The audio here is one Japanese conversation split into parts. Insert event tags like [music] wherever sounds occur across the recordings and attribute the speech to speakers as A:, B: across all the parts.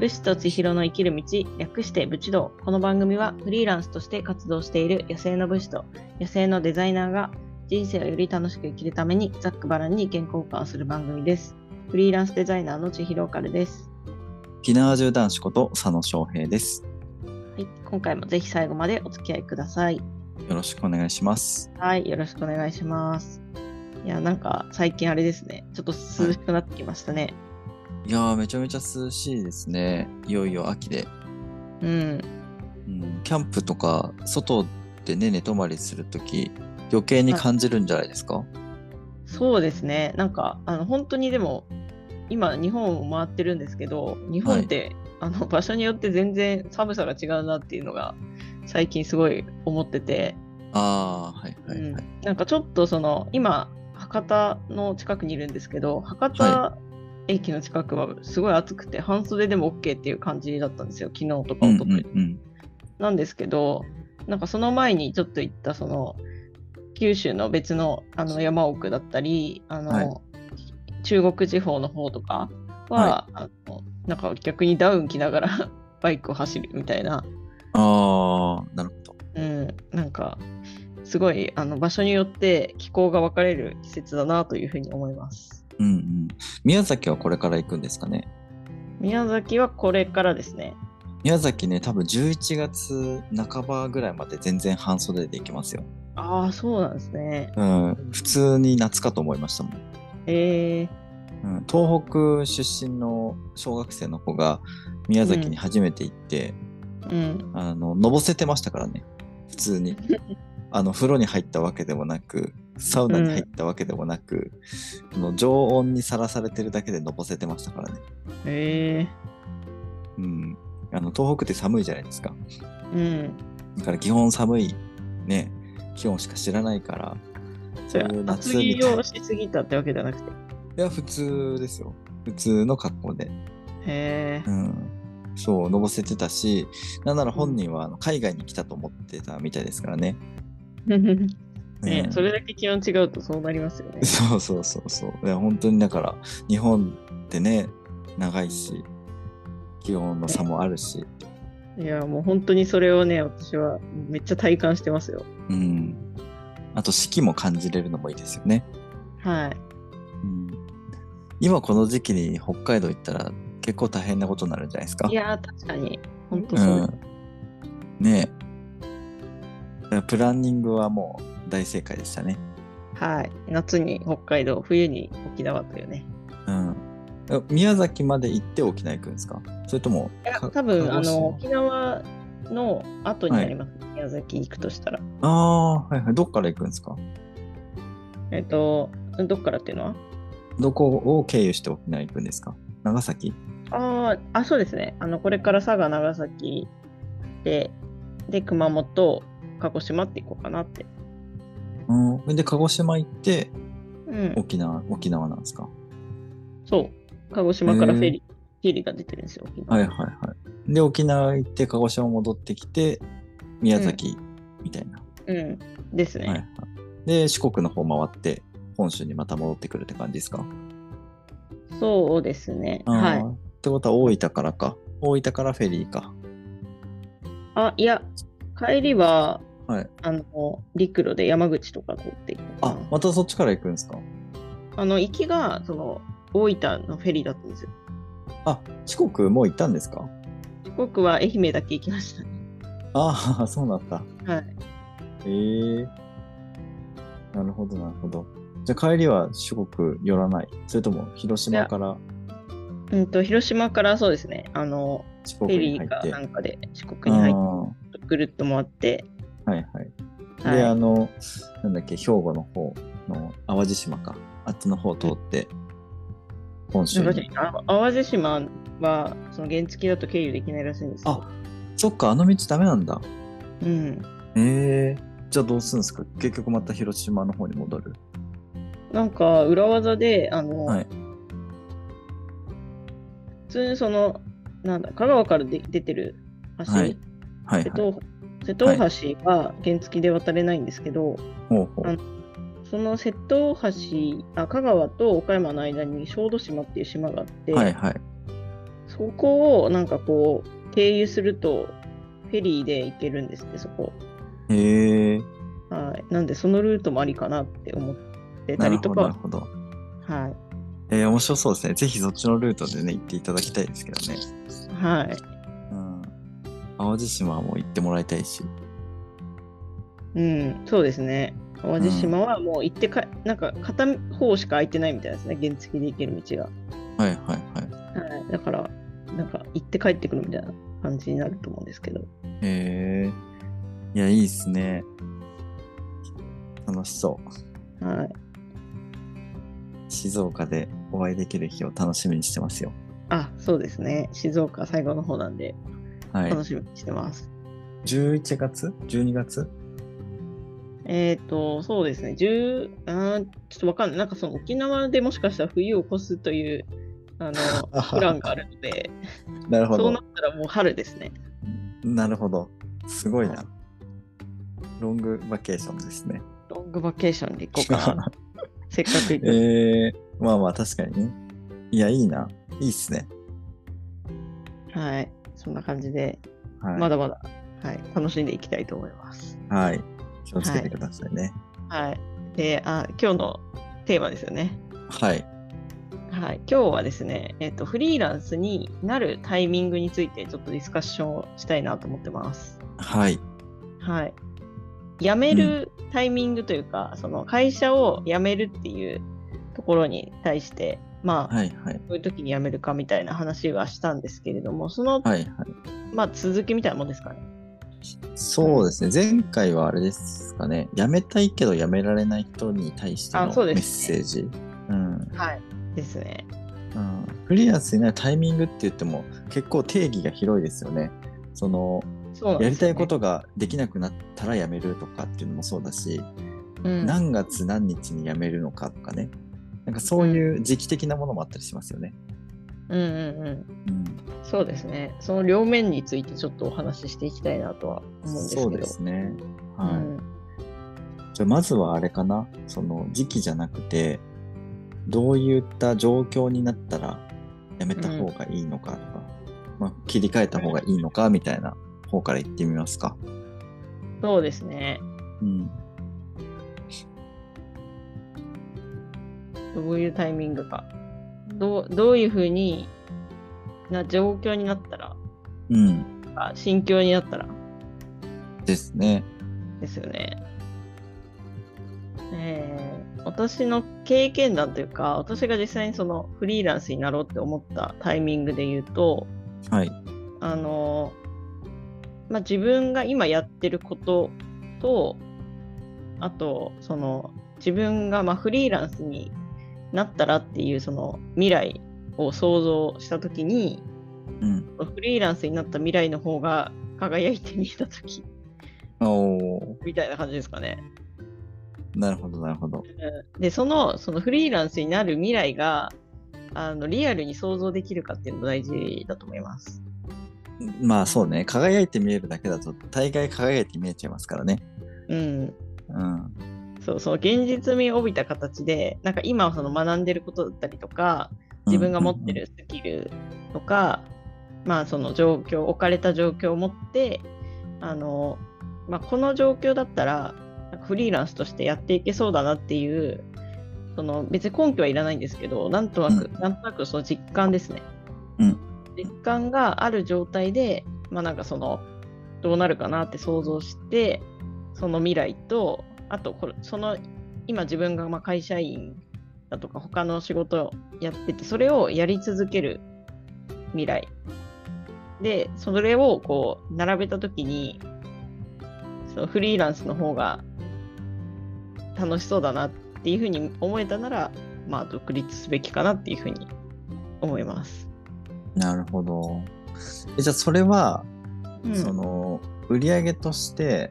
A: 武士と千尋の生きる道、略して武士道。この番組はフリーランスとして活動している野生の武士と野生のデザイナーが人生をより楽しく生きるためにざっくばらんに意見交換をする番組です。フリーランスデザイナーの千尋おかるです。
B: 沖縄縦断士こと佐野翔平です。
A: はい、今回もぜひ最後までお付き合いください。
B: よろしくお願いします。
A: はい、よろしくお願いします。いや、なんか最近あれですね、ちょっと涼しくなってきましたね。
B: いやー、めちゃめちゃ涼しいですね。いよいよ秋で。
A: うん、
B: うん、キャンプとか、外でね、寝泊まりするとき、余計に感じるんじゃないですか、
A: そうですね。なんかあの本当にでも今日本を回ってるんですけど、日本って、あの場所によって全然寒さが違うなっていうのが最近すごい思ってて、
B: ああ、はいはいはい。
A: うんなんかちょっとその今博多の近くにいるんですけど、博多駅の近くはすごい暑くて半袖でも OK っていう感じだったんですよ。昨日とか
B: う
A: 一
B: んう
A: 昨
B: ん
A: 日
B: うん。
A: なんですけど、なんかその前にちょっと行ったその九州の別のあの山奥だったりあの、
B: はい
A: 中国地方の方とかは、あのなんか逆にダウン着ながら [laughs] バイクを走るみたいな、
B: ああ、なるほど。
A: うん、なんかすごいあの場所によって気候が分かれる季節だなというふうに思います。
B: うんうん。宮崎はこれから行くんですかね
A: 宮崎はこれからですね。
B: 宮崎ね、多分11月半ばぐらいまで全然半袖で行きますよ。
A: ああ、そうなんですね。
B: うん、普通に夏かと思いましたもん。
A: えー、
B: うん、東北出身の小学生の子が宮崎に初めて行って、
A: うん。
B: あののぼせてましたからね普通にあの風呂に入ったわけでもなくサウナに入ったわけでもなく、この常温にさらされてるだけでのぼせてましたからね、
A: え
B: うん、あの東北って寒いじゃないですか
A: ー、うん。
B: だから基本寒いね気温しか知らないから
A: それ
B: そういう夏
A: 厚
B: み
A: 着
B: たい
A: をしすぎたってわけじゃなくて。
B: いや普通ですよ普通の格好で
A: へえ。
B: うん、そう、のぼせてたし、なんなら本人はあの海外に来たと思ってたみたいですからね。
A: ね
B: うん。
A: それだけ気温違うとそうなりますよね
B: [laughs] そうそうそうそう。いや本当にだから、日本ってね、長いし、気温の差もあるし、
A: いや、もう本当にそれをね、私はめっちゃ体感してますよ。
B: うん。あと四季も感じれるのもいいですよね。
A: はい。
B: うん、今この時期に北海道行ったら結構大変なことになるんじゃないですか。
A: いやー、確かに。本当
B: う
A: そうで
B: ん。ねえ。だからプランニングはもう大正解でしたね。
A: す。はい。夏に北海道、冬に沖縄というね。
B: うん、え宮崎まで行って沖縄行くんですかそれとも
A: いや
B: か
A: 多分、
B: 鹿
A: あ
B: 児島
A: の、沖縄の後になります、宮崎行くとしたら。
B: ああーはいはいどっから行くんですか
A: えっ、と、どっからっていうのは
B: どこを経由して沖縄行くんですか長崎
A: あーあ、そうですね。あの、これから佐賀、長崎で、で、熊本、鹿児島って行こうかなって。
B: うんで鹿児島行って
A: うん。
B: 沖縄沖縄なんですか
A: そう。鹿児島からフェリー、フェリーが出てるんですよ。沖
B: はい
A: 縄
B: はいはいで沖縄行って鹿児島戻ってきて宮崎みたいな、
A: うん。ですね。
B: はいはいで四国の方回って本州にまた戻ってくるって感じですか
A: そうですね。
B: あー
A: はい。
B: ってことは大分からか大分からフェリーか
A: あ、いや、帰りは、
B: はい
A: あの、陸路で山口とか通っていくのか
B: あ
A: な
B: またそっちから行くんですか
A: あの、行きが、その、大分のフェリーだったんですよ。
B: あ四国もう行ったんですか
A: 四国は愛媛だけ行きましたね。
B: ああ、そうなんだ。
A: はい。
B: ええなるほど、なるほど。じゃあ帰りは四国寄らないそれとも広島から
A: うんと、広島からそうですね。あの、
B: 四
A: フェ
B: 国に
A: リー
B: 入っ
A: か
B: て。
A: なんかで四
B: あ
A: 国に入っ
B: ー
A: て、ぐるっと回って、
B: はいはい。
A: は
B: で、
A: い
B: あの、なんだっけ、兵庫の方の淡路島か。あっちの方通って、本州
A: なんか
B: に。
A: あ淡路島は、その原付だと経由できないらしいんですよ。
B: あそっか、あの道ダメなんだ。
A: うん。
B: ええじゃあどうするんですか結局また広島の方に戻る。
A: なんか裏技で、あの、
B: はい
A: 普通にその、なんだ、香川からで出てる橋、
B: はいはい
A: 瀬
B: はい。
A: 戸瀬戸大橋は原付で渡れないんですけど、
B: ほうほ
A: あ
B: う。
A: その瀬戸大橋あ、香川と岡山の間に小豆島っていう島があって、
B: はいはい。
A: そこをなんかこう経由するとフェリーで行けるんですってそこ
B: へえ。
A: はいなんでそのルートもありかなって思ってた
B: なる
A: り
B: ほ
A: と
B: ど、なる
A: か
B: ほど。
A: は
B: えー面白そうですね。ぜひそっちのルートでね、行っていただきたいですけどね。
A: いはい
B: うん。淡路島も行ってもらいたいし。
A: うん、そうですね。淡路島はもう行ってか、なんか片方しか空いてないみたいですね、原付で行ける道が。
B: はいはいはい。
A: はい、だから、なんか行って帰ってくるみたいな感じになると思うんですけど。
B: へえ。いや、いいっすね。楽しそう。
A: はい、
B: 静岡でお会いできる日を楽しみにしてますよ。
A: あ、そうですね。静岡最後の方なんで、
B: はい。
A: 楽しみにしてます。
B: 11月 ?12 月
A: えっ、と、そうですね。10あーちょっとわかんない。なんかその沖縄でもしかしたら冬を越すという、
B: [laughs]
A: あの、プランがあるので、
B: なるほ
A: そうな
B: ど
A: っ。たらもう春ですね。
B: なるほど。すごい
A: は
B: な。ロングバケーションですね。
A: ロングバケーションで行こうかな。せっかく行く
B: [laughs] え
A: ので
B: ー、まあまあ確かにね。いや、いいな。いいっすね。
A: はい、そんな感じで、
B: はい。
A: まだまだ、はい、楽しんでいきたいと思います。
B: はい。気をつけてくださいね。
A: はい、であ今日のテーマですよね。
B: はい。
A: はい、今日はですね、えっと、フリーランスになるタイミングについてちょっとディスカッションをしたいなと思ってます。
B: はい。
A: はい、辞めるタイミングというか、その会社を辞めるっていうところに対して、まあ、
B: はい。はい。
A: こういう時に辞めるかみたいな話はしたんですけれども、その、
B: はい。はい。
A: まあ、続きみたいなもんですかね。
B: そうですね。前回はあれですかね。辞めたいけど辞められない人に対してのメ
A: あそうですね
B: ッセージ。うん。
A: はい、ですね。
B: うんフリーランスになるタイミングって言っても結構定義が広いですよね。その
A: そうなん
B: や
A: で
B: り
A: すよ
B: た
A: ね
B: いことができなくなったら辞めるとかっていうのもそうだし、
A: うん
B: 何月何日に辞めるのかとかね。なんかそういう時期的なものもあったりしますよね。
A: うんうんうん、
B: うん、
A: そうですね。その両面についてちょっとお話ししていきたいなとは思うんですけど。
B: そうですね。
A: う
B: はい。
A: ん
B: じゃあまずはあれかなその時期じゃなくてどういった状況になったらやめた方がいいのかとか、まあ、切り替えた方がいいのかみたいな方から言ってみますか。
A: そうですね。
B: うん、
A: どういうタイミングか。どうどういうふうにな状況になったら、
B: うん、
A: あ心境になったら
B: ですね。
A: ですよね。えー私の経験談というか、私が実際にそのフリーランスになろうって思ったタイミングで言うと、
B: はい。
A: あの、まあ、自分が今やってることと、あと、その、自分がまあフリーランスになったらっていう、その未来を想像したときに、
B: うん、
A: フリーランスになった未来の方が輝いて見えたとき、
B: お
A: [laughs]
B: ー
A: みたいな感じですかね。
B: なるほどなるほど。
A: で、その、そのフリーランスになる未来が、あのリアルに想像できるかっていうのが大事だと思います。
B: まあそうね輝いて見えるだけだと大概輝いて見えちゃいますからね。
A: うん。
B: うん、
A: そうそう現実味を帯びた形でなんか今はその学んでることだったりとか自分が持ってるスキルとか、まあその状況置かれた状況を持ってあの、まあ、この状況だったらなんかフリーランスとしてやっていけそうだなっていうその別に根拠はいらないんですけどなんとなく、
B: う
A: なんとなくその実感ですね、
B: うん
A: 実感がある状態でまあなんかそのどうなるかなって想像してその未来とあとこれその今自分がまあ会社員だとか他の仕事をやっててそれをやり続ける未来でそれをこう並べた時にそのフリーランスの方が楽しそうだなっていうふうに思えたならまあ独立すべきかなっていうふうに思います。
B: なるほど。えじゃあそれは、
A: うん
B: その売り上げとして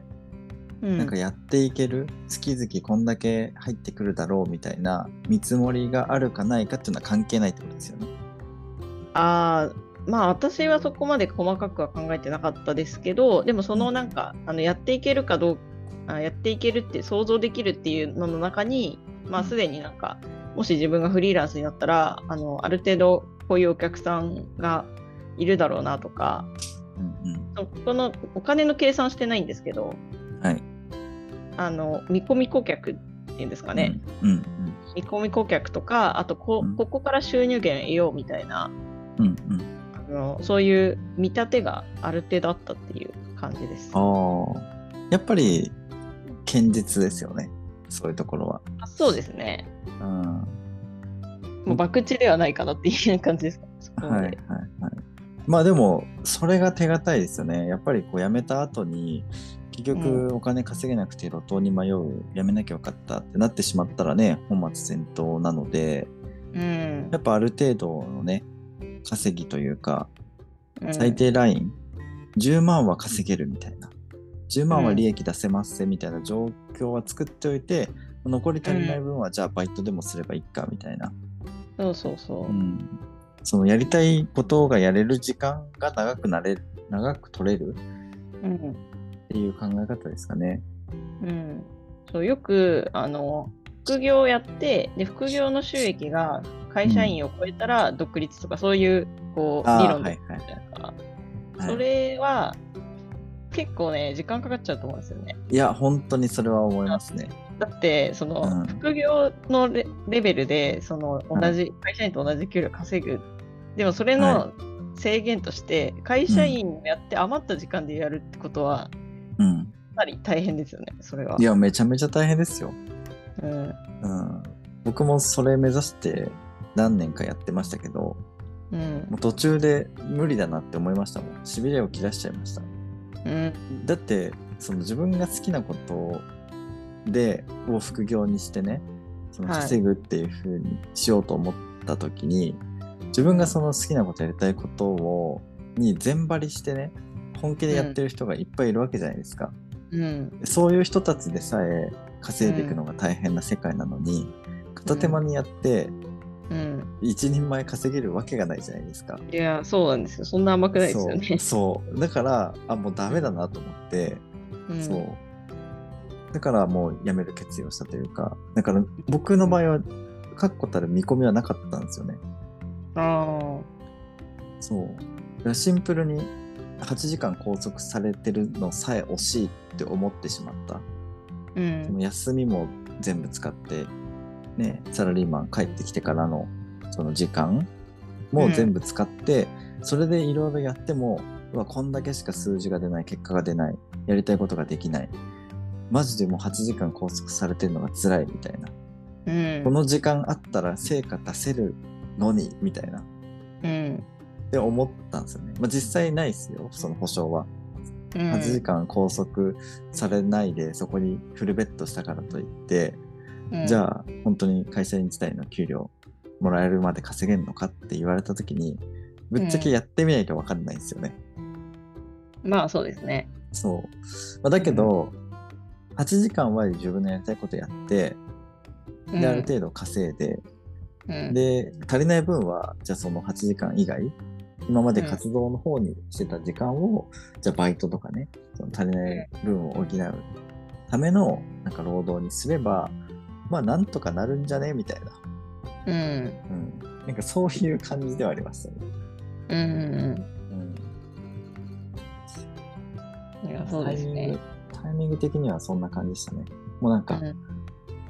A: うん
B: なんかやっていける、月々こんだけ入ってくるだろうみたいな見積もりがあるかないかっていうのは関係ないってことですよね。
A: あーまあ私はそこまで細かくは考えてなかったですけどでもそのなんかあのやっていけるかどうあやっていけるって想像できるっていうのの中にまあすでになんかもし自分がフリーランスになったらあのある程度こういうお客さんがいるだろうなとか、
B: うん
A: そこのお金の計算してないんですけど、
B: うん。はい。
A: あの見込み顧客っていうんですかね、
B: うん。
A: 見込み顧客とか、あとこ
B: うん
A: ここから収入源得ようみたいな、
B: うん。うん。うん。
A: あのそういう見立てがある程度あったっていう感じです。
B: ああ。やっぱり、堅実ですよね。そういうところは。
A: あそうですね。
B: うん。
A: もう博打ではないかなっていう感じですか。そこま
B: はいはい
A: で
B: はい。まあでもそれが手堅いですよね。やっぱりこう辞めた後に結
A: う
B: 局お金稼げなくて路頭に迷う辞めなきゃよかったってなってしまったらね本末転倒なので
A: うん
B: やっぱある程度のね稼ぎというか
A: うん
B: 最低ライン、10万は稼げるみたいな10万は利益出せますぜみたいな状況は作っておいて残り足りない分はじゃあバイトでもすればいいかみたいな
A: そうそうそうう。
B: ん、そのやりたいことがやれる時間が長くなれる長く取れる
A: うん
B: っていう考え方ですかね。
A: うん、そうよくあの副業をやってで副業の収益が会社員を超えたら独立とか、そういうこう
B: あー
A: 理論
B: は
A: と
B: いはい
A: か、
B: はい
A: それは結構ね時間かかっちゃうと思うんですよね。
B: いや本当にそれは思いますね。
A: だってその、
B: うん
A: 副業のレレベルでその同じ、会社員と同じ給料稼ぐでもそれ
B: は
A: の制限として、会社員をやって余った時間でやるってことは
B: うん、
A: かなり大変ですよねそれは。
B: いやめちゃめちゃ大変ですよ、
A: うん
B: うん。僕もそれ目指して何年かやってましたけど
A: うん
B: もう途中で無理だなって思いましたもんしびれを切らしちゃいました。
A: うん
B: だってその自分が好きなことでを副業にしてねその
A: はい
B: 稼ぐっていう風にしようと思った時に、自分がその好きなことやりたいことをに全張りしてね本気でやってる人がいっぱいいるわけじゃないですか、
A: うん
B: そういう人たちでさえ稼いでいくのが大変な世界なのに、片手間にやって
A: うん
B: 一人前稼げるわけがないじゃないですか、
A: いや、そうなんですよ。そんな甘くないですよね。
B: そうそうだからあもうダメだなと思って
A: うん
B: そう。だからもう辞める決意をしたというか、だから僕の場合は、確固たる見込みはなかったんですよね。
A: あ
B: そう。だからシンプルに8時間拘束されてるのさえ惜しいって思ってしまった。
A: あ、う
B: その
A: ん。
B: 休みも全部使って、ね、サラリーマン帰ってきてからのその時間も全部使って、それでいろいろやっても、うわ、こんだけしか数字が出ない、結果が出ない、やりたいことができない。マジでもう8時間拘束されてるのが辛いみたいな。
A: うん。
B: この時間あったら成果出せるのに、みたいな。
A: うん。
B: って思ったんですよね。まあ、実際ないですよ、その保証は。
A: うん。
B: 8時間拘束されないで、そこにフルベッドしたからといって、
A: うん
B: じゃあ本当に会社員時代の給料もらえるまで稼げるのかって言われた時にぶっちゃけやってみないと分かんないんですよね。
A: まあ、そうですね。
B: そう。まあ、だけど、8時間は自分のやりたいことやって
A: うん
B: である程度稼いで、
A: うん、
B: で足りない分はじゃあその8時間以外今まで活動の方にしてた時間を、じゃあバイトとかねその足りない分を補うためのなんか労働にすればまあなんとかなるんじゃねみたいな。
A: うん。
B: うんなんかそういう感じではありましたね。
A: うん。うんうん。いや、そうですね。
B: タイミング。タイミング的にはそんな感じでしたね。もうなん
A: う
B: か、
A: ん。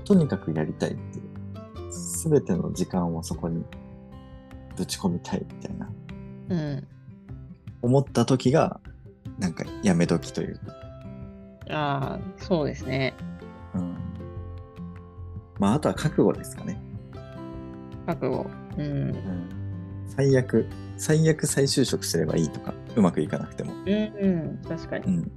B: とにかくやりたいっていう。すべての時間をそこにぶち込みたいみたいな。
A: う
B: 思った時が、なんかやめ時というか。
A: ん。ああ、そうですね。
B: うん。まあ、あとは覚悟ですかね。
A: 覚悟。うん。
B: うん。最悪、最悪再就職すればいいとか、うまくいかなくても。
A: うん、うん。確かに
B: う。ん。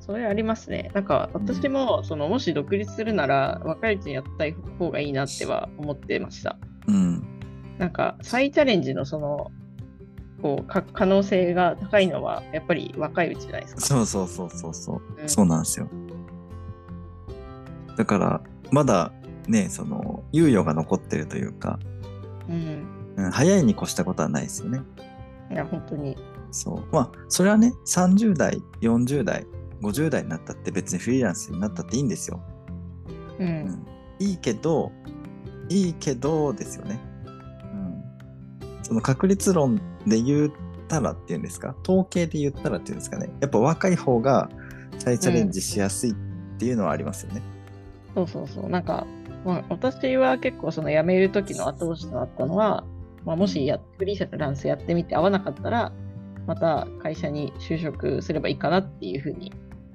A: それありますね。なんか、私も、その、もし独立するなら、若いうちにやった方がいいなっては思ってました。
B: うん。
A: なんか再チャレンジのそのこうか可能性が高いのはやっぱり若いうちじゃないですか。
B: そうそうそうそうそう。
A: うん
B: そうなんですよ。だから、まだね、その、猶予が残ってるというか、
A: うん、
B: うん、早いに越したことはないですよね。
A: いや本当に。
B: そう。まあ、それはね、30代、40代、50代になったって別にフリーランスになったっていいんですよ。
A: う
B: うんん。いいけど、いいけどですよね。うん。その確率論で言ったらっていうんですか統計で言ったらっていうんですかねやっぱ若い方が再チャレンジしやすいっていうのはありますよね。
A: そうそうそう。なんか、まあ、私は結構その辞める時の後押しとなったのは、まあ、もしやフリーランスやってみて合わなかったら、また会社に就職すればいいかなっていうふうに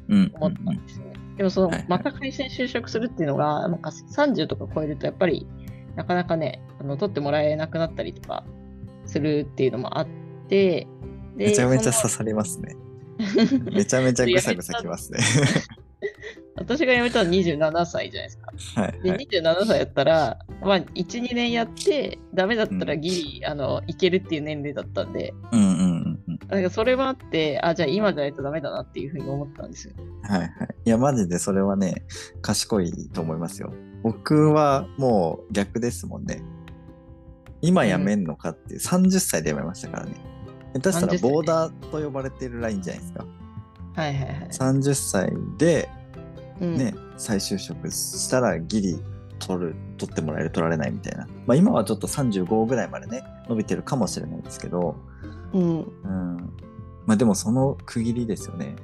B: うんうん
A: 思ったんですよね。でもその
B: はいはい
A: また会社に就職するっていうのがなんか30とか超えるとやっぱりなかなかねあの取ってもらえなくなったりとかするっていうのもあってで
B: めちゃめちゃ
A: そ
B: 刺
A: の
B: されます
A: [laughs]
B: ね。めちゃめちゃぐさぐさきますね。
A: 私が辞めたの27歳じゃないですか。
B: [laughs] はい、
A: で
B: はい。
A: 27歳やったら、まあ、12年やってダメだったらギリ、あのいけるっていう年齢だったんで
B: うんうんうんうん。
A: なんかそれもあってあじゃあ今じゃないとダメだなっていうふうに思ったんですよ。
B: はいはい。いや、マジでそれはね、賢いと思いますよ。僕はもう逆ですもんね。今やめんのかっていう、30歳でやめましたからね。下手したら
A: 30歳
B: ボーダーと呼ばれてるラインじゃないですか。
A: はいはいはい。
B: 30歳で
A: うん
B: ね、再就職したらギリ取る、取ってもらえる、取られないみたいな。まあ今はちょっと35ぐらいまでね、伸びてるかもしれないですけど、
A: うん
B: うんまあでもその区切りですよね。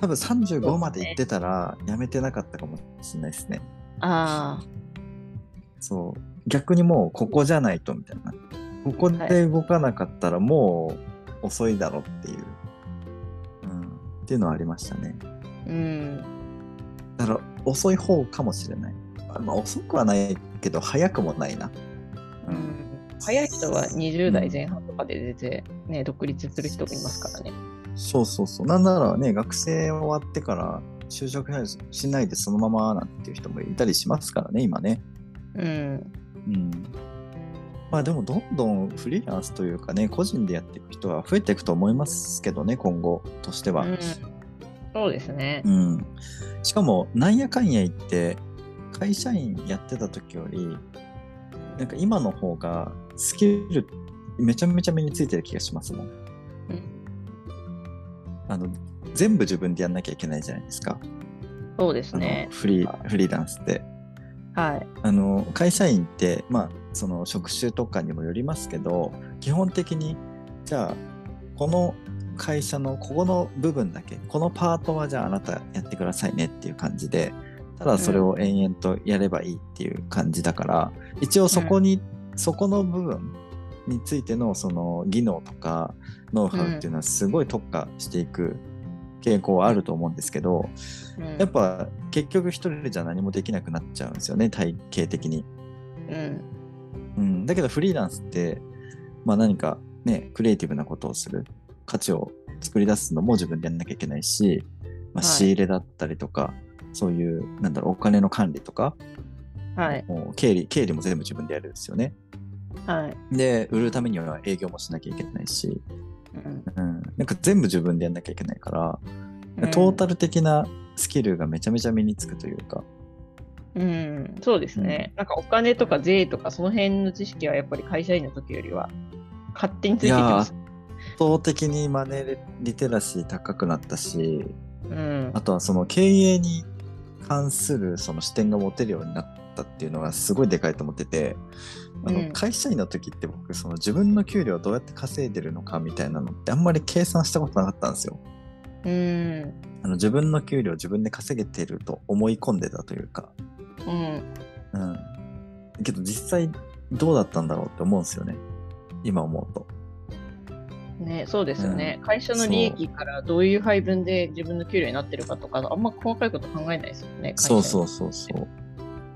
B: 多分
A: そうです
B: 35
A: ね
B: まで行ってたらやめてなかったかもしれないですね。
A: あ
B: そう。逆にもうここじゃないとみたいな。ここで動かなかったらもう遅いだろっていう。うん。っていうのはありましたね。
A: あうん
B: だから遅い方かもしれない。あまあ遅くはないけど早くもないな。うん。
A: 早い人は20代前半とかで出て、ね、独立する人もいますからね。
B: そうそうそう。なんならね、学生終わってから就職しないでそのままなんていう人もいたりしますからね、今ね。
A: うん、
B: うん、まあでもどんどんフリーランスというかね個人でやっていく人は増えていくと思いますけどね今後としては、
A: うんそうですね
B: う。んしかもなんやかんや言って会社員やってた時よりなんか今の方がスキルめちゃめちゃ身についてる気がしますもん
A: うん
B: あの全部自分でやんなきゃいけないじゃないですか、
A: そうです
B: あの
A: ね。
B: フリーフリーランスって
A: はい。
B: あの会社員って、まあ、その職種とかにもよりますけど基本的にじゃあこの会社のここの部分だけこのパートはじゃああなたやってくださいねっていう感じでただそれを延々とやればいいっていう感じだから、一応そこに、そこの部分についてのその技能とかノウハウっていうのはすごい特化していく傾向はあると思うんですけど、
A: うん
B: やっぱ結局一人じゃ何もできなくなっちゃうんですよね体系的に、
A: うん
B: うん。だけどフリーランスって、まあ、何かねクリエイティブなことをする価値を作り出すのも自分でやんなきゃいけないし、
A: は
B: まあ、
A: い
B: 仕入れだったりとか、そういうなんだろうお金の管理とか、
A: はい
B: もう経理経理も全部自分でやるんですよね。
A: はい。
B: で売るためには営業もしなきゃいけないし、
A: うん
B: うん、なんか全部自分でやんなきゃいけないから、トータル的なスキルがめちゃめちゃ身につくというか。
A: うん、そうですね。なんかお金とか税とかその辺の知識はやっぱり会社員の時よりは勝手についてきます。
B: 圧倒的にマネーリテラシー高くなったし
A: うん
B: あとはその経営に関するその視点が持てるようになったっていうのがすごいでかいと思っててあの、
A: うん
B: 会社員の時って僕その自分の給料をどうやって稼いでるのかみたいなのってあんまり計算したことなかったんですよ。
A: うん
B: あの自分の給料を自分で稼げてると思い込んでたというか、
A: うん
B: うん、けど実際どうだったんだろうって思うんですよね今思うと。
A: ね、そうですよね、会社の利益からどういう配分で自分の給料になってるかとか、あんま細かいこと考えないですよね。。
B: そうそううそうそう。だか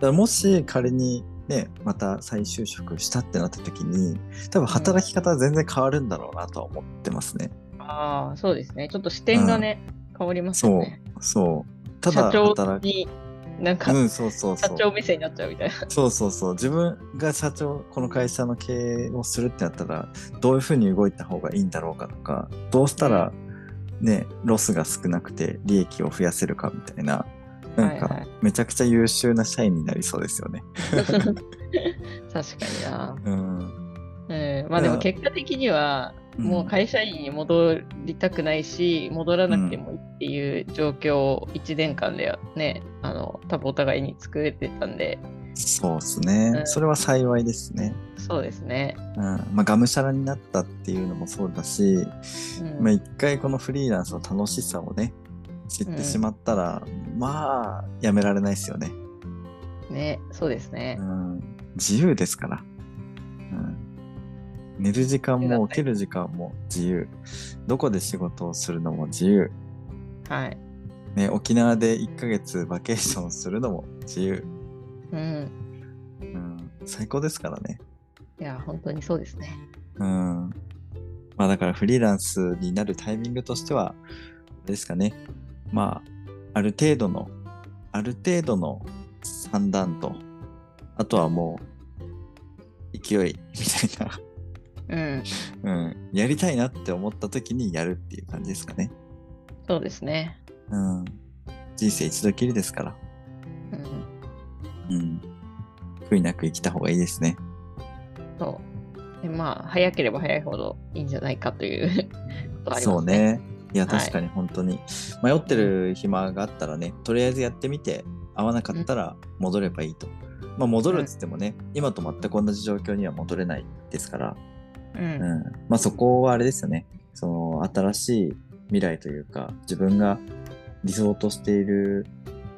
B: らもし仮にね、また再就職したってなった時に、多分働き方は全然変わるんだろうなとは思ってますね。
A: ああ、そうですね。ちょっと視点がね、変わりますよね。
B: そう。た
A: 社
B: だ
A: 長
B: 働き、
A: に、なんか、
B: うん、そうそう
A: 社
B: そう。
A: 長目線になっちゃうみたいな。 [laughs]
B: そうそうそう。自分が社長、この会社の経営をするってなったら、どういうふうに動いた方がいいんだろうかとか、どうしたら、ね、ロスが少なくて利益を増やせるかみたいな、なん
A: はいは
B: か
A: い、
B: めちゃくちゃ優秀な社員になりそうですよね。
A: 確かにな。
B: うん。
A: うん、まあでも結果的には、
B: ん
A: もう会社員に戻りたくないし、戻らなくてもいいっていう状況を1年間でね、あの多分お互いに作れてたんで、
B: そうですね、
A: うん
B: それは幸いですね。
A: そうですね。
B: うんまあ、がむしゃらになったっていうのもそうだし、
A: うん
B: まあ、一回このフリーランスの楽しさをね知ってしまったら、まあやめられないですよね、
A: ね、そうですね
B: う。ん、自由ですから、うん、寝る時間も起きる時間も自由どこで仕事をするのも自由、
A: はい。
B: ね、沖縄で1ヶ月バケーションするのも自由、
A: うん。
B: うん、最高ですからね
A: いや、本当にそうですね。
B: うんまあだからフリーランスになるタイミングとしては、あれですかね。まあ、ある程度の、ある程度の算段と、あとはもう、勢いみたい
A: うん。
B: な、 [laughs] うん、やりたいなって思った時にやるっていう感じですかね。
A: そうですね。
B: うん。人生一度きりですから、
A: うん。
B: うん。悔いなく生きた方がいいですね。
A: そう。でまあ、早ければ早いほどいいんじゃないかということはありますね。
B: そう。ね。いや、
A: はい
B: 確かに本当に、迷ってる暇があったらね、とりあえずやってみて、合わなかったら戻ればいいと。まあ、戻るっつってもね、今と全く同じ状況には戻れないですから、
A: う。
B: うんん。まあ、そこはあれですよね。その、新しい未来というか、自分が理想としている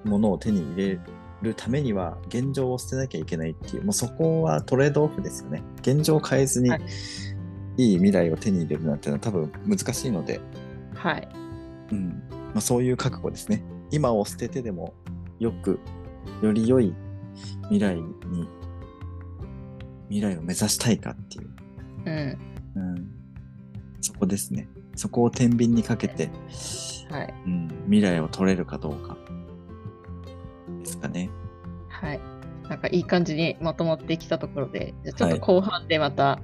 B: ものを手に入れるためには、現状を捨てなきゃいけないっていう、もうそこはトレードオフですよね。現状を変えずに
A: はい、
B: いい未来を手に入れるなんてのは多分難しいので、
A: はい。
B: うんまあ、そういう覚悟ですね。今を捨ててでもよく、より良い未来に、未来を目指したいかっていう、
A: うん。
B: うん、そこですね。そこを天秤にかけて、
A: はい。
B: うん、未来を取れるかどうか。ですかね。
A: はい。なんかいい感じにまとまってきたところで、じゃあちょっ
B: は
A: と
B: い
A: 後半でまた、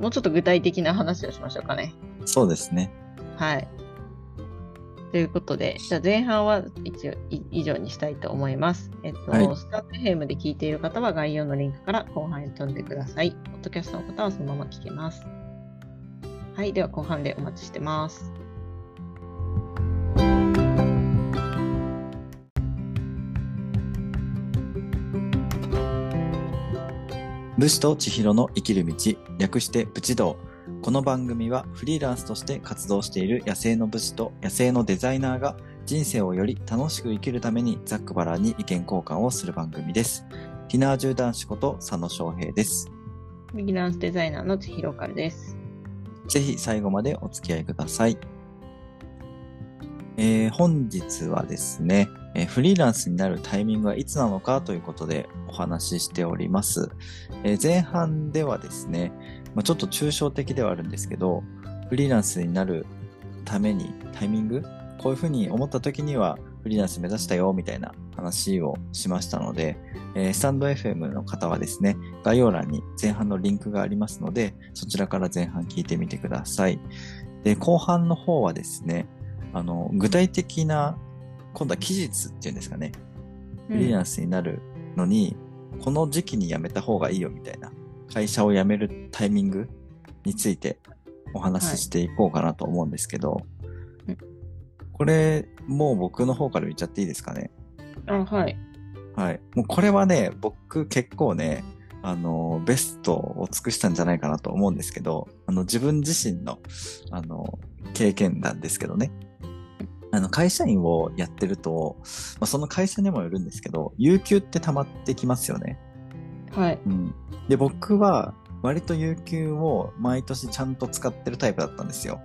A: もうちょっと具体的な話をしましょうかね。
B: そうですね。
A: はい。ということで、じゃあ前半は一応い以上にしたいと思います。えっと、
B: はい
A: スタートヘムで聞いている方は概要のリンクから後半へ飛んでください。ポッドキャストの方はそのまま聞けます。はい、では後半でお待ちしてます。
B: 武士と千尋の生きる道、略して武士道。この番組はフリーランスとして活動している野生の武士と野生のデザイナーが人生をより楽しく生きるためにザックバランに意見交換をする番組です。ひなわじゅう男子こと佐野翔平です。
A: ビギナーズデザイナーの千尋からです。
B: ぜひ最後までお付き合いください。えー本日はですね、えーフリーランスになるタイミングはいつなのかということでお話ししております。えー前半ではですね、まあ、ちょっと抽象的ではあるんですけど、フリーランスになるためにタイミング、こういうふうに思った時にはフリーランス目指したよみたいな話をしましたので、えースタンド FM の方はですね、概要欄に前半のリンクがありますので、そちらから前半聞いてみてください。で、後半の方はですね、あの、具体的な、今度は期日っていうんですかね、フリーランスになるのに、この時期に辞めた方がいいよみたいな、会社を辞めるタイミングについてお話ししていこうかなと思うんですけど、
A: うん
B: これ、もう僕の方から言っちゃっていいですかね。
A: うん、あ、はい。
B: はい。もうこれはね、僕結構ね、あの、ベストを尽くしたんじゃないかなと思うんですけど、あの、自分自身の、あの、経験なんですけどね。あの、会社員をやってると、まあ、その会社にもよるんですけど、有給って溜まってきますよね。
A: はい。
B: うん。で、僕は、割と有給を毎年ちゃんと使ってるタイプだったんですよ。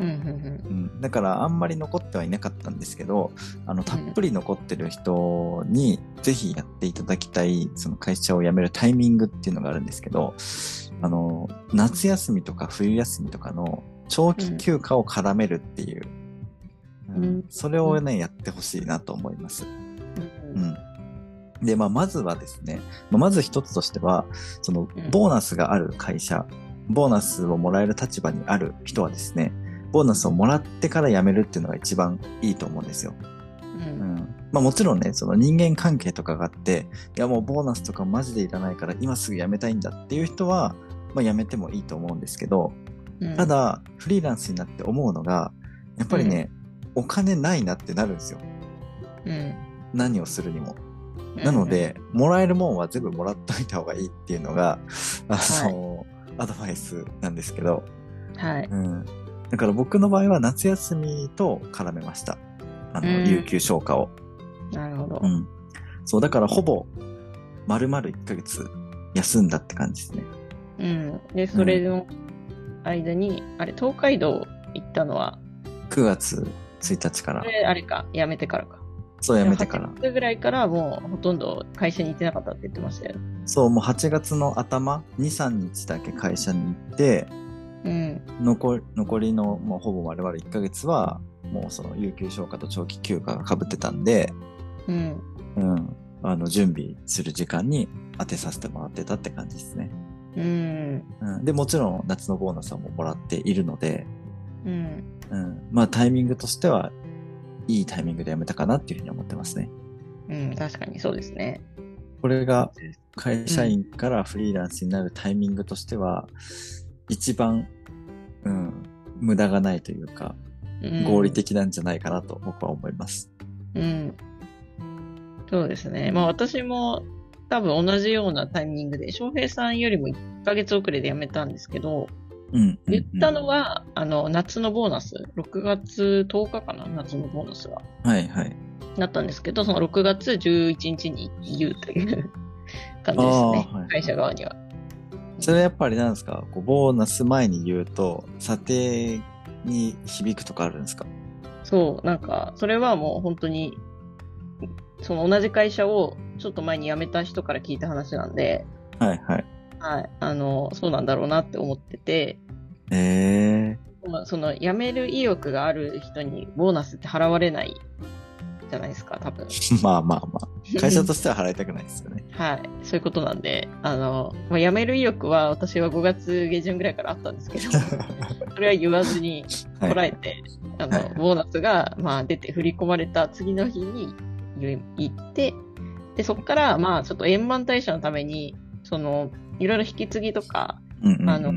A: うん、うん、
B: うん、だからあんまり残ってはいなかったんですけどあのたっぷり残ってる人にぜひやっていただきたいその会社を辞めるタイミングっていうのがあるんですけどあの夏休みとか冬休みとかの長期休暇を絡めるっていう、う
A: うんん
B: それをね、やってほしいなと思います。
A: うん。
B: うんで、まあ、まずはですね、まあまず一つとしては、その
A: うん、
B: ボーナスがある会社、ボーナスをもらえる立場にある人はですね、ボーナスをもらってから辞めるっていうのが一番いいと思うんですよ。
A: う
B: うんん。まあ、もちろんね、その人間関係とかがあって、いや、もうボーナスとかマジでいらないから今すぐ辞めたいんだっていう人は、まあ、辞めてもいいと思うんですけど、
A: うん
B: た、だ、フリーランスになって思うのが、やっぱりね、お金ないなってなるんですよ。
A: うん
B: 何をするにも。なの、で、もらえるもんは全部もらっといた方がいいっていうのが、あの、アドバイスなんですけど、
A: はい。
B: うん。だから僕の場合は夏休みと絡めました。あの、
A: うん
B: 有給消化を。
A: なるほど
B: う。ん。そう、だからほぼ、丸々1ヶ月休んだって感じですね。
A: うん。で、それの間に、あれ、東海道行ったのは、
B: 9月1日から
A: こ、れあれか、やめてからか。
B: そうやめてから
A: 8。月ぐらいからもうほとんど会社に行ってなかったって言ってましたよね。
B: そう、もう8月の頭、2、3日だけ会社に行って、
A: うん。
B: 残り残りのもうほぼ丸々1ヶ月は、もうその有給消化と長期休暇が被ってたんで、
A: うん。
B: うん。あの、準備する時間に当てさせてもらってたって感じですね。
A: うん。
B: うん、でもちろん夏のボーナスはもうもらっているので、
A: うん。
B: うん、まあタイミングとしてはいいタイミングでやめたかなっていうふうに思ってますね。
A: うん。確かにそうですね。
B: これが会社員からフリーランスになるタイミングとしては、一番、うん、無駄がないというか、
A: うん
B: 合理。的なんじゃないかなと僕は思います。
A: うん。そうですね。まあ私も多分同じようなタイミングで、翔平さんよりも1ヶ月遅れで辞めたんですけど、
B: うん。
A: 言ったの、は、あの、夏のボーナス、6月10日かな、夏のボーナスは。
B: うんはいはい。
A: だったんですけど、その6月11日に言う
B: [laughs]
A: という感じですね
B: あーはい、
A: 会社側には。
B: それはやっぱりなんですかこうボーナス前に言うと、査定に響くとかあるんですか
A: そう、なんか、それはもう本当に、その同じ会社をちょっと前に辞めた人から聞いた話なんで、
B: はいはい。
A: はい、あの、そうなんだろうなって思ってて、
B: ええ
A: まあその辞める意欲がある人にボーナスって払われないじゃないですか、多分。
B: ー。 [laughs] まあまあまあ。会社としては払いたくないですよね。
A: はい、そういうことなんで、あの、まあ、辞める意欲は私は5月下旬ぐらいからあったんです
B: [laughs]
A: けど、それは言わずにこらえて、あ
B: はいは
A: の、
B: い
A: ボーナスが、まあ、出て振り込まれた次の日に言う行って、で、そこから、まあ、ちょっと円満退社のために、その、いろいろ引き継ぎとか、
B: うんうんうん
A: あの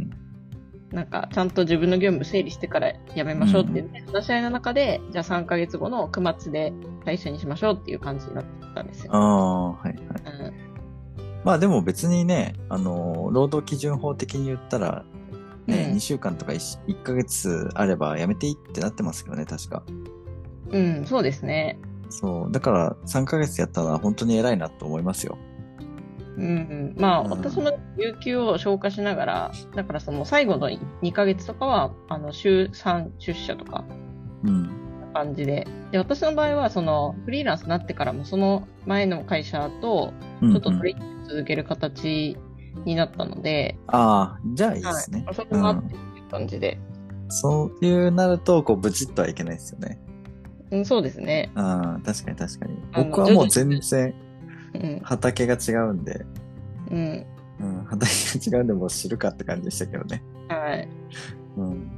A: なんか、ちゃんと自分の業務整理してからやめましょうっていうね、話し合いの中で、じゃあ3ヶ月後の9月で退社にしましょうっていう感じになったんです
B: あ
A: よ。
B: あ、はいはい。
A: うん
B: まあでも別にね、あの、労働基準法的に言ったら、ね、
A: うん
B: 2週間とか 1, 1ヶ月あればやめていいってなってますけどね、確か。
A: うん、そうですね。
B: そう。だから3ヶ月やったのは本当に偉いなと思いますよ。
A: うんうん、まあ、
B: うん
A: 私も有給を消化しながら、だからその最後の2ヶ月とかは、あの、週3出社とか、
B: うん。
A: 感じで。で、私の場合は、その、フリーランスになってからも、その前の会社と、
B: うんう
A: ち
B: ん
A: ょっと取り続ける形になったので、
B: ああ、じゃあいいで
A: は
B: すね。
A: い。そこもあ
B: う
A: っ
B: ん
A: てっていう感じで。
B: そういうなると、こう、ブチッとはいけないですよね。
A: うん、そうですね。
B: ああ、確かに確かに。
A: あの
B: 僕はもう全然
A: うん。
B: 畑が違うんで、
A: うん。
B: うん、畑が違うんでもう知るかって感じでしたけどね。
A: はい。
B: うん。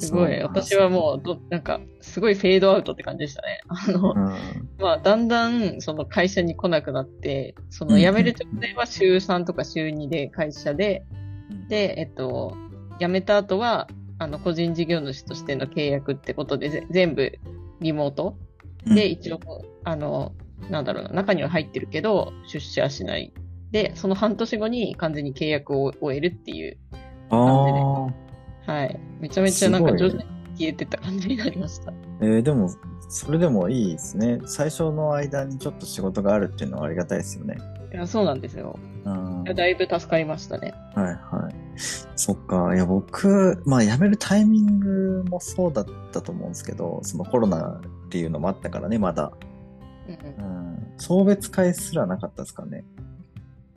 A: すごい。
B: そう
A: 私はもうど、なんか、すごいフェードアウトって感じでしたね。あの、
B: うん
A: まあ、だんだん、その会社に来なくなって、そ
B: うん
A: の辞める直前は週3とか週2で会社で、
B: うん
A: で、えっと、辞めた後は、あの、個人事業主としての契約ってことで、ぜ全部リモートで、一応、あの、なんだろうな、中には入ってるけど、出社はしない。で、その半年後に完全に契約を終えるっていう、
B: ああ、
A: はい。めちゃめちゃなんか
B: すご
A: 徐
B: い
A: 々に消えてった感じになりました。
B: えーでも、それでもいいですね。最初の間にちょっと仕事があるっていうのはありがたいですよね。
A: いやそうなんですよ。
B: うん。
A: い
B: は
A: や
B: い
A: だいぶ助かりましたね。
B: はい。そっか。いや、僕、まあ辞めるタイミングもそうだったと思うんですけど、そのコロナっていうのもあったからね、まだ。
A: うん
B: うん。送別会すらなかったですかね。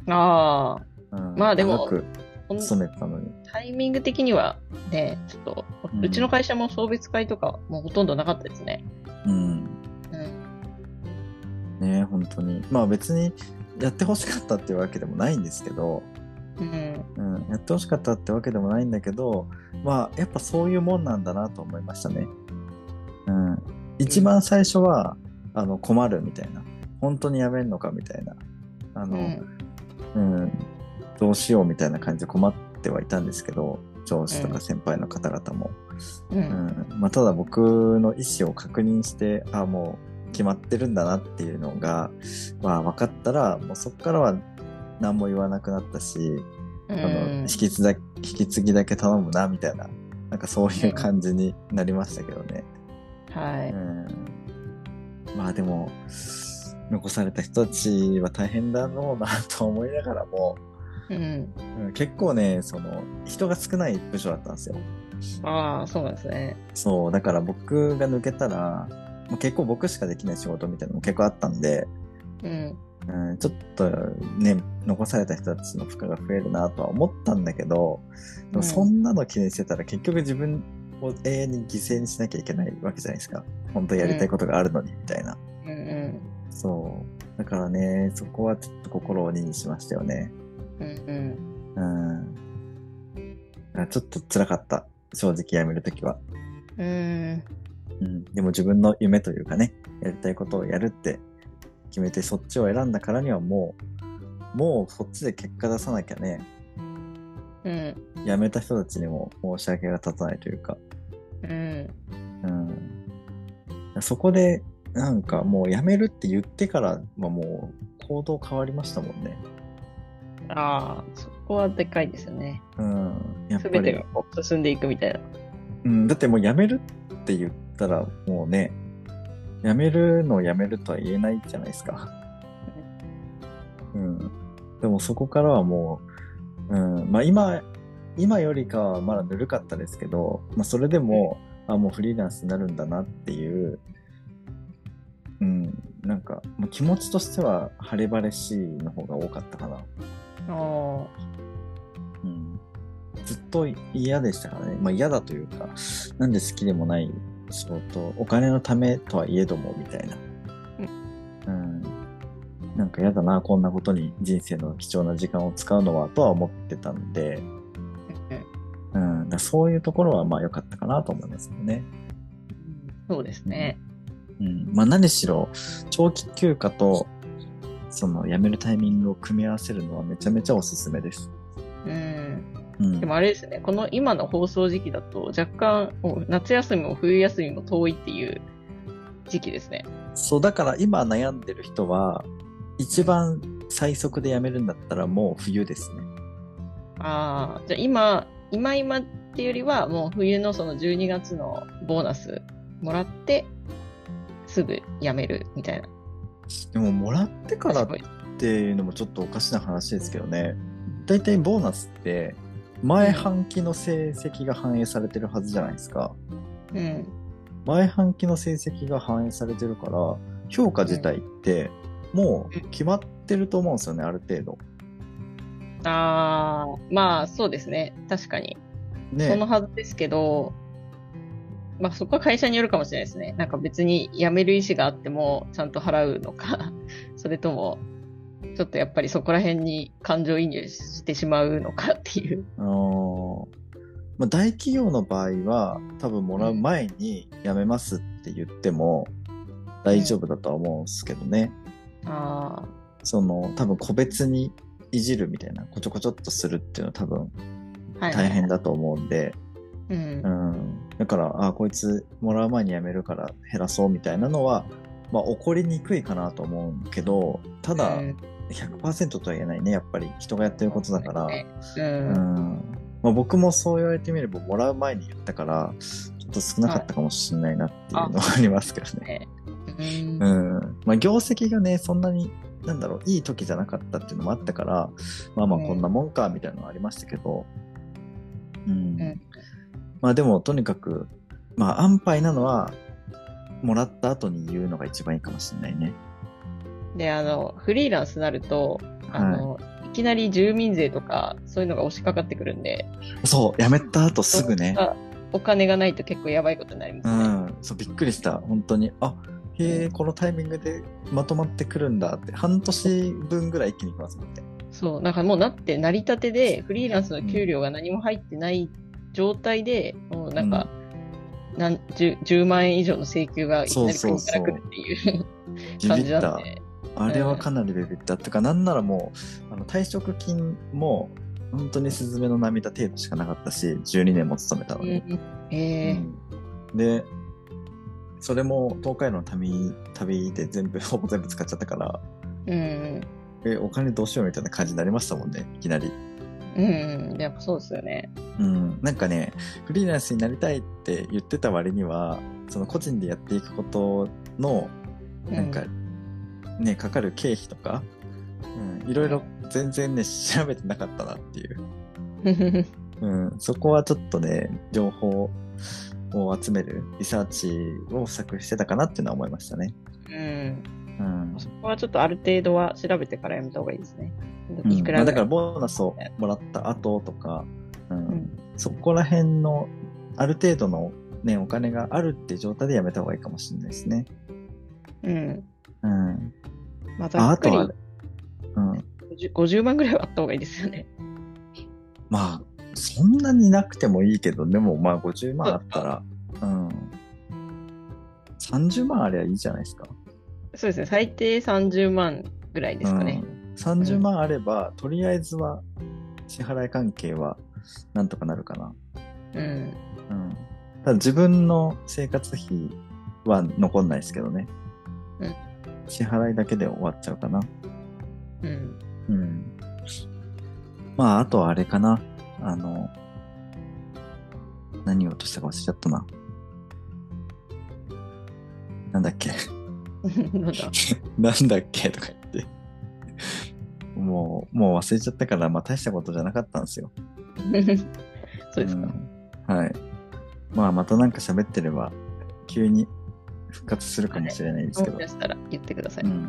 A: ああ、
B: うん。
A: まあでも
B: 長く
A: ほん
B: 勤めてたのに。
A: タイミング的にはね、ちょっと、
B: うん
A: うちの会社も送別会とかもうほとんどなかったですね。
B: うん。
A: うん
B: ね本当に。まあ別にやってほしかったっていうわけでもないんですけど、
A: うん
B: うん、やってほしかったってわけでもないんだけど、まあ、やっぱそういうもんなんだなと思いましたね。うん。一番最初は、あの、困るみたいな。本当にやめんのかみたいな。あ
A: う
B: の、
A: ん
B: うん、どうしようみたいな感じで困ってはいたんですけど、上司とか先輩の方々も。
A: う
B: うんん。まあ、ただ僕の意思を確認して、あ、もう決まってるんだなっていうのが、まあ、分かったら、もうそこからは何も言わなくなったし、
A: うん
B: あの引き継だ引き継ぎだけ頼むなみたいななんかそういう感じになりましたけどね、
A: は
B: う
A: い。
B: ん、まあでも残された人たちは大変だろうなと思いながらも、
A: うん。
B: うん、結構ねその人が少ない部署だったんですよ
A: ああ、そうなんですね。
B: そうだから僕が抜けたらもう結構僕しかできない仕事みたいなのも結構あったんで、
A: うん。
B: うん、ちょっとね残された人たちの負荷が増えるなとは思ったんだけどでもそんなの気にしてたら結局自分を永遠に犠牲にしなきゃいけないわけじゃないですか本当にやりたいことがあるのにみたいな、
A: うんうん
B: そうだからねそこはちょっと心を鬼にしましたよね
A: うんうん。
B: うんだからちょっと辛かった正直辞めるときは、
A: うん。
B: うん、でも自分の夢というかねやりたいことをやるって決めてそっちを選んだからにはもうもうそっちで結果出さなきゃね
A: うん。
B: 辞めた人たちにも申し訳が立たないというか
A: うん。
B: うん、そこでなんかもう辞めるって言ってからはもう行動変わりましたもんね。
A: ああ、そこはでかいですよね。
B: うん、やっぱ
A: すべて
B: り
A: が、こう進んでいくみたいな。
B: うん。だってもう辞めるって言ったらもうね辞めるのを辞めるとは言えないじゃないですか。うん、でもそこからはもう、うんまあ、今今よりかはまだぬるかったですけど、まあ、それでも、あもうフリーランスになるんだなっていう、うん、なんかもう気持ちとしては晴れ晴れしいの方が多かったかな、
A: あ
B: うん、ずっと嫌でしたからね、まあ、嫌だというかなんで好きでもない仕事お金のためとはいえどもみたいな、うん、なんか嫌だなこんなことに人生の貴重な時間を使うのはとは思ってたんで、うん、だからそういうところはまあ良かったかなと思いますよね。
A: あ、そうですね。
B: うんまあ、何しろ長期休暇とその辞めるタイミングを組み合わせるのはめちゃめちゃおすすめです。
A: うん。
B: うん、
A: でもあれですね、この今の放送時期だと、若干、お夏休みも冬休みも遠いっていう時期ですね。
B: そうだから今悩んでる人は一番最速で辞めるんだったらもう冬ですね。
A: ああ、じゃあ今、今今っていうよりは、もう冬のその12月のボーナスもらって、すぐ辞めるみたいな。
B: でももらってからっ
A: 確
B: っていうのもちょっとおかしな話ですけどね大体ボーナスって前半期の成績が反映されてるはずじゃないですか
A: かにうん。
B: 前半期の成績が反映されてるから評価自体ってもう決まってると思うんですよねある程度
A: ああ、まあそうですね。確かに。その
B: ね
A: はずですけど、まあそこは会社によるかもしれないですね。なんか別に辞める意思があってもちゃんと払うのか、 [laughs] それとも、ちょっとやっぱりそこら辺に感情移入してしまうのかって
B: [laughs]
A: いう。
B: あのまあ、大企業の場合は多分もらう前に辞めますって言っても大丈夫だとは思うんですけどね、
A: あ
B: その多分個別にいじるみたいなこちょこちょっとするっていうのは多分
A: あ、はい。
B: 大変だと思うんで、
A: うん
B: う。ん、だからあこいつもらう前に辞めるから減らそうみたいなのは、まあ、起こりにくいかなと思うけどただ
A: うん
B: 100%とは言えないねやっぱり人がやってることだから、
A: う
B: うん
A: ん。
B: まあ、僕もそう言われてみればもらう前に言ったからちょっと少なかったかもしれないなっていうのはありますけどね。
A: うん
B: うんまあ、業績がねそんなになんだろういい時じゃなかったっていうのもあったからまあまあ
A: うん
B: こんなもんかみたいなのはありましたけど、うん
A: ん
B: まあでもとにかく、まあ、安牌なのはもらった後に言うのが一番いいかもしれないね。
A: で、あの、フリーランスになると、あ
B: は
A: の、い、きなり住民税とか、そういうのが押しかかってくるんで、
B: い、そうやめた後すぐね、
A: あお金がないと結構やばいことになりま
B: う
A: すね。
B: ん、そうびっくりした本当にあへえこのタイミングでまとまってくるんだって半年分ぐらい一気にきますもんね。
A: そう、なんかもうなって、成り立てで、フリーランスの給料が何も入ってない状態で、もうなんか、なん 10, 10万円以上の請求がいきなり国から来るって [laughs] いう
B: ビ
A: 感
B: ビ
A: じな
B: っ
A: ん
B: た。
A: で。
B: あれはかなりビビった。とか、なんならもう、あの退職金も、本当にスズメの涙程度しかなかったし、12年も勤めたの
A: う
B: に。
A: んえー
B: うんで、それも東海道の旅、旅で全部、ほぼ全部使っちゃったから、
A: うん
B: え、お金どうしようみたいな感じになりましたもんね、いきなり。
A: ううん、やっぱそうですよね。
B: うん、なんかねフリーランスになりたいって言ってた割にはその個人でやっていくことの
A: う
B: なんか、ねかかる経費とか、うん、いろいろ全然ね調べてなかったなっていう、うん、そこはちょっとね情報を集めるリサーチを作してたかなっていうのは思いましたね。
A: うん、
B: うん
A: そこはちょっとある程度は調べてからやめた方がいいですね。
B: うん
A: いく
B: ま
A: ら
B: あ、
A: ぐ
B: だからら
A: い、
B: ボーナスをもらった後とか、うん
A: うん
B: そこら辺のある程度の、ね、お金があるっていう状態でやめた方がいいかもしれないですね。
A: うん。
B: うん、
A: まあ、ざ
B: あ
A: っ
B: あ
A: く
B: と
A: り
B: は、うん、
A: 50 50万ぐらいはあった方がいいですよね。
B: まあそんなになくてもいいけどでもまあ50万あったら、うん、30万ありゃいいじゃないですか。
A: そうですね、最低30万ぐらいですかね。
B: うん、30万あれば、とりあえずは支払い関係はなんとかなるかな。
A: うん。
B: うん、ただ自分の生活費は残んないですけどね、
A: うん
B: 支払いだけで終わっちゃうかな、
A: うん。
B: うん、まああとはあれかなあの何を落としたか忘れちゃったななんだっけ [laughs]
A: なん [laughs] だ
B: なんだっけとか言ってもうもう忘れちゃったから、まあ、大したことじゃなかったんですよ
A: そうですか。
B: うんはい。まあ、またなんか喋ってれば、急に復活するかもしれないですけ
A: 思
B: ど
A: い。出したら言ってください。
B: うん。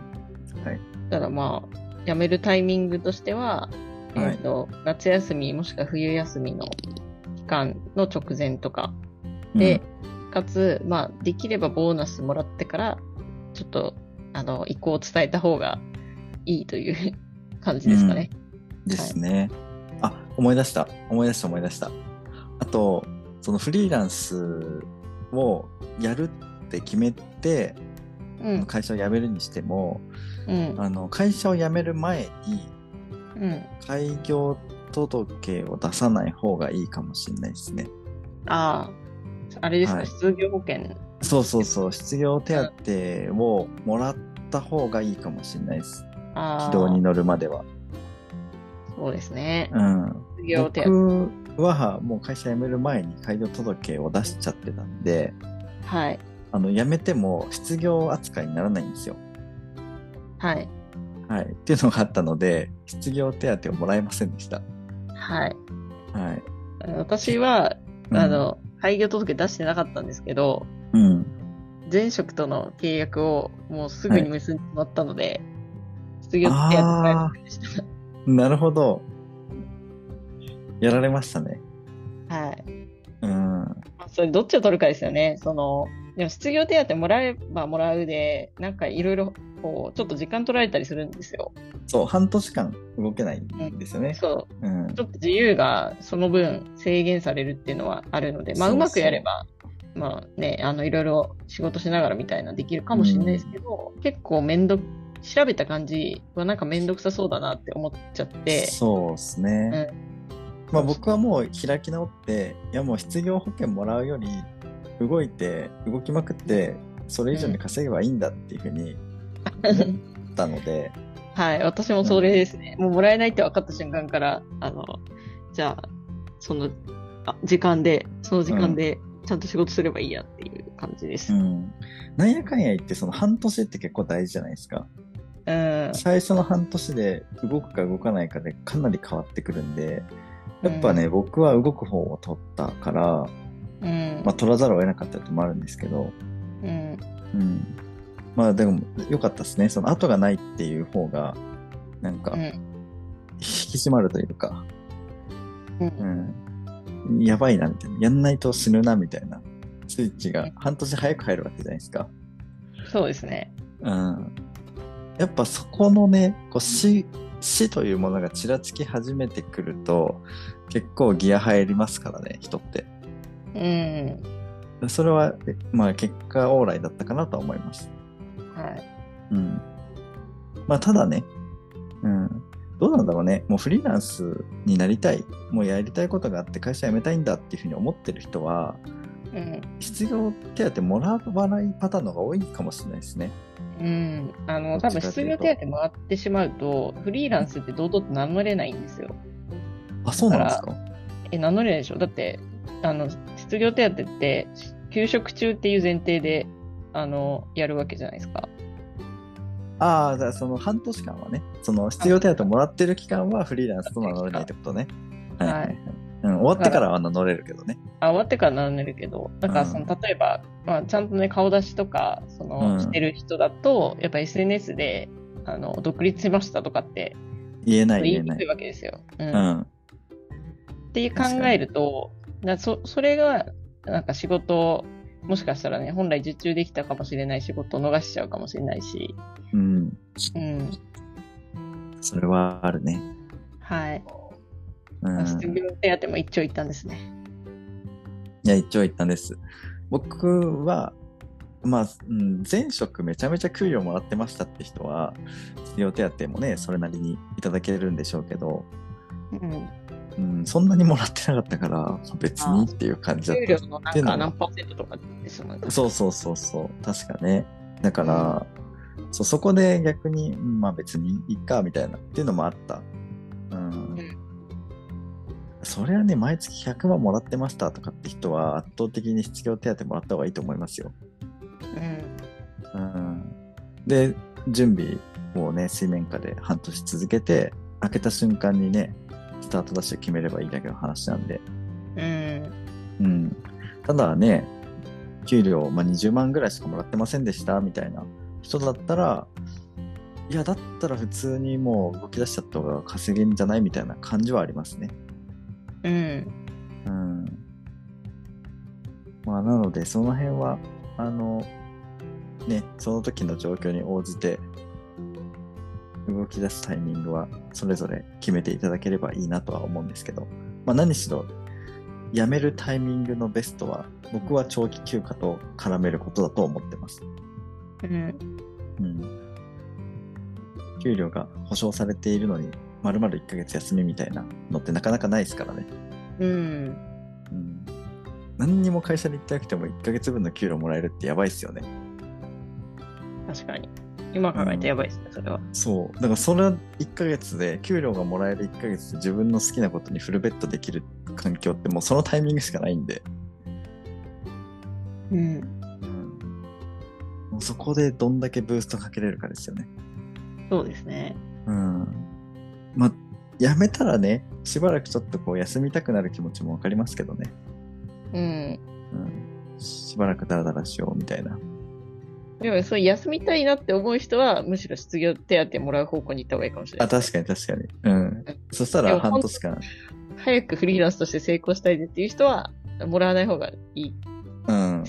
B: はい。
A: ただまあ、辞めるタイミングとしては、え
B: はい
A: ーと夏休みもしくは冬休みの期間の直前とかで、かつ、まあ、できればボーナスもらってから、ちょっと、あの、意向を伝えた方がいいという [laughs] 感じですかね。
B: うんですね。あ、思い出した。思い出した、思い出した。あと、そのフリーランスをやるって決めて、
A: うん、
B: 会社を辞めるにしても、
A: うん、
B: あの、会社を辞める前に、
A: うん。
B: 開業届を出さない方がいいかもしれないですね。
A: ああ、あれですか、
B: はい
A: 失業保険。
B: そうそうそう、失業手当をもらった方がいいかもしれないです。
A: あ
B: 軌
A: あ、
B: 道に乗るまでは。
A: そうですね。
B: うん。
A: 失業手当。
B: 僕はもう会社辞める前に開業届を出しちゃってたんで、
A: はい、
B: あの、辞めても失業扱いにならないんですよ。
A: はい、
B: はい。っていうのがあったので、失業手当をもらえませんでした。
A: はい。
B: はい。
A: 私は、
B: うん
A: あ、の、廃業届出してなかったんですけど、
B: うん。
A: 前職との契約をもうすぐに結んでしまったので、失業手当がえませんでし
B: なるほど。やられましたね。
A: た。はい。
B: うん。
A: まあそれどっちを取るかですよね。その、でも失業手当もらえばもらうで、なんかいろいろ、こう、ちょっと時間取られたりするんですよ。
B: そう、半年間動けないんですよね。
A: そう。
B: うん。
A: ちょっと自由がその分制限されるっていうのはあるので、まあ、
B: そ
A: う
B: うそう
A: まくやれば、まあね、あのいろいろ仕事しながらみたいなできるかもしれないですけど、結構めんど調べた感じはなんかめんどくさそうだなって思っちゃって、
B: そうですね、まあ僕はもう開き直っていやもう失業保険もらうより動いて動きまくってそれ以上に稼げばいいんだっていうふうに言ったので、
A: [laughs] はい、私もそれですね、もうもらえないって分かった瞬間から、あのじゃあ、そのあ時間で、その時間でちゃんと仕事すればいいやっていう感じです。
B: う
A: うん
B: ん、なんやかんや言ってその半年って結構大事じゃないですか最初の半年で動くか動かないかでかなり変わってくるんでやっぱね、僕は動く方を取ったから、
A: うん
B: まあ、取らざるを得なかったこともあるんですけど、
A: うん
B: うん。まあでも、良かったですね。その後がないっていう方が、なんか
A: う、
B: 引き締まるというか、
A: ん
B: う
A: うん
B: ん。やばいな、みたいな。やんないと死ぬな、みたいな。スイッチ
A: う
B: が
A: ん
B: 半年早く入るわけじゃないですか。
A: そうですね。
B: うん。やっぱそこのね、こう死、死というものがちらつき始めてくると、結構ギア入りますからね、人って。
A: うん
B: それは、えまあ結果往来だったかなとは思います。
A: はい
B: うん。まあ、ただね、うん。どうなんだろうね。もうフリーランスになりたい。もうやりたいことがあって会社辞めたいんだっていうふうに思ってる人は、
A: うん
B: 失業手当もらわないパターンの方が多いかもしれないですね。
A: うん、あの多
B: どっ
A: 分
B: ちかと
A: 失
B: いう
A: 業
B: と
A: 手当もらってしまうと、フリーランスって堂々と名乗れないんですよ。
B: あ、そうなんですか
A: え、名乗れないでしょだって、あの、失業手当って、休職中っていう前提で、あの、やるわけじゃないですか。
B: ああ、だからその半年間はね、その失業手当もらってる期間はフリーランスと名乗れないってことね。はいはいは。
A: はい
B: うん、終わってからは名乗れるけどね。
A: あ、終わってから名乗れるけど、だからその、
B: う
A: 例えば、まあ、ちゃんとね、顔出しとか、その、
B: うん
A: してる人だと、やっぱ SNS で、あの、独立しましたとかって、
B: 言えない
A: 言
B: 言え
A: いに
B: な
A: くい
B: い。
A: わけですよ。うん
B: うん。
A: って考えると、だそそれがなんか仕事をもしかしたらね、本来受注できたかもしれない仕事を逃しちゃうかもしれないし、
B: うん。
A: うん、
B: それはあるね。
A: はい。
B: う
A: 失
B: ん。い
A: 業手当も一長一短ですね。
B: や、一応言ったんです。僕は、まあ、うん、前職めちゃめちゃ給料もらってましたって人は、失業手当もね、それなりにいただけるんでしょうけど、
A: うん。
B: うん、そんなにもらってなかったから、別にっていう感じだっ
A: 給
B: た
A: 料。のなんか何パーセントとかですよね。
B: そうそうそうそう確かねだから、そうそこで逆にうんまあ別にいっかみたいなっていうのもあったうん、
A: ん
B: それはね毎月100万もらってましたとかって人は圧倒的に失業手当もらった方がいいと思いますよ、
A: うん。
B: うん、で準備をね水面下で半年続けて開けた瞬間にねスタートダッシュ決めればいいだけの話なんで
A: うん。
B: うん、ただね給料、まあ、20万ぐらいしかもらってませんでしたみたいな人だったらいやだったら普通にもう動き出しちゃった方が稼げんじゃないみたいな感じはありますね。
A: うん。
B: うんまあ、なのでその辺はあのねその時の状況に応じて動き出すタイミングはそれぞれ決めていただければいいなとは思うんですけど、まあ、何しろ辞めるタイミングのベストは僕は長期休暇と絡めることだと思ってます。
A: うん。
B: うん、給料が保証されているのに丸々1ヶ月休みみたいなのってなかなかないですからね。
A: うん。
B: うん何にも会社に行ってなくても1ヶ月分の給料もらえるってやばいっすよね。
A: 確かに。今考えてやばいですね、それは。
B: そう。だからそれ1ヶ月で、給料がもらえる1ヶ月で自分の好きなことにフルベットできる環境ってもうそのタイミングしかないんで、
A: うん。
B: うん、もうそこでどんだけブーストかけれるかですよね。
A: そうですね。
B: うん。まあ、やめたらね、しばらくちょっとこう休みたくなる気持ちもわかりますけどね。
A: うん。
B: うん。しばらくダラダラしようみたいな。
A: でも、そう休みたいなって思う人は、むしろ失業手当もらう方向に行った方がいいかもしれない。
B: あ、確かに確かに。うん。そした
A: で
B: ら
A: も
B: 半年間。
A: 早くフリーランスとして成功したいねっていう人は、もらわない方がいい。
B: うん。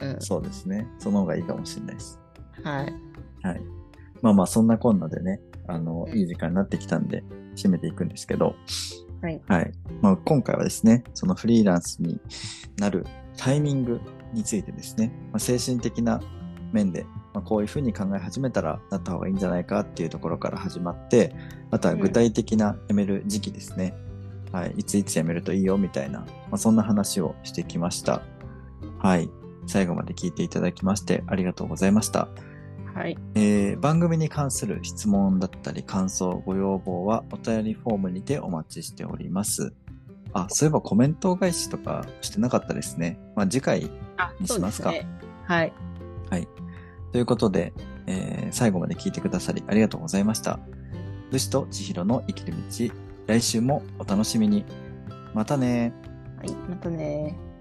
A: うん。
B: そうですね。その方がいいかもしれないです。
A: はい。
B: はい。まあまあ、そんなこんなでね、あの、
A: うん
B: いい時間になってきたんで、締めていくんですけど、
A: はい。
B: はい。まあ、今回はですね、そのフリーランスになるタイミングについてですね、まあ、精神的な面で、まあ、こういうふうに考え始めたらなった方がいいんじゃないかっていうところから始まって、あとは具体的な辞める時期ですね。はい。いついつ辞めるといいよみたいな、まあ、そんな話をしてきました。はい。最後まで聞いていただきましてありがとうございました。
A: はい。
B: えー番組に関する質問だったり感想、ご要望はお便りフォームにてお待ちしております。あ、そういえばコメント返しとかしてなかったですね。まあ、次回。
A: あ
B: にしますか
A: そうですね。はい。
B: はい。ということで、えー最後まで聞いてくださりありがとうございました。武士と千尋の生きる道、来週もお楽しみに。またね
A: はい。またねー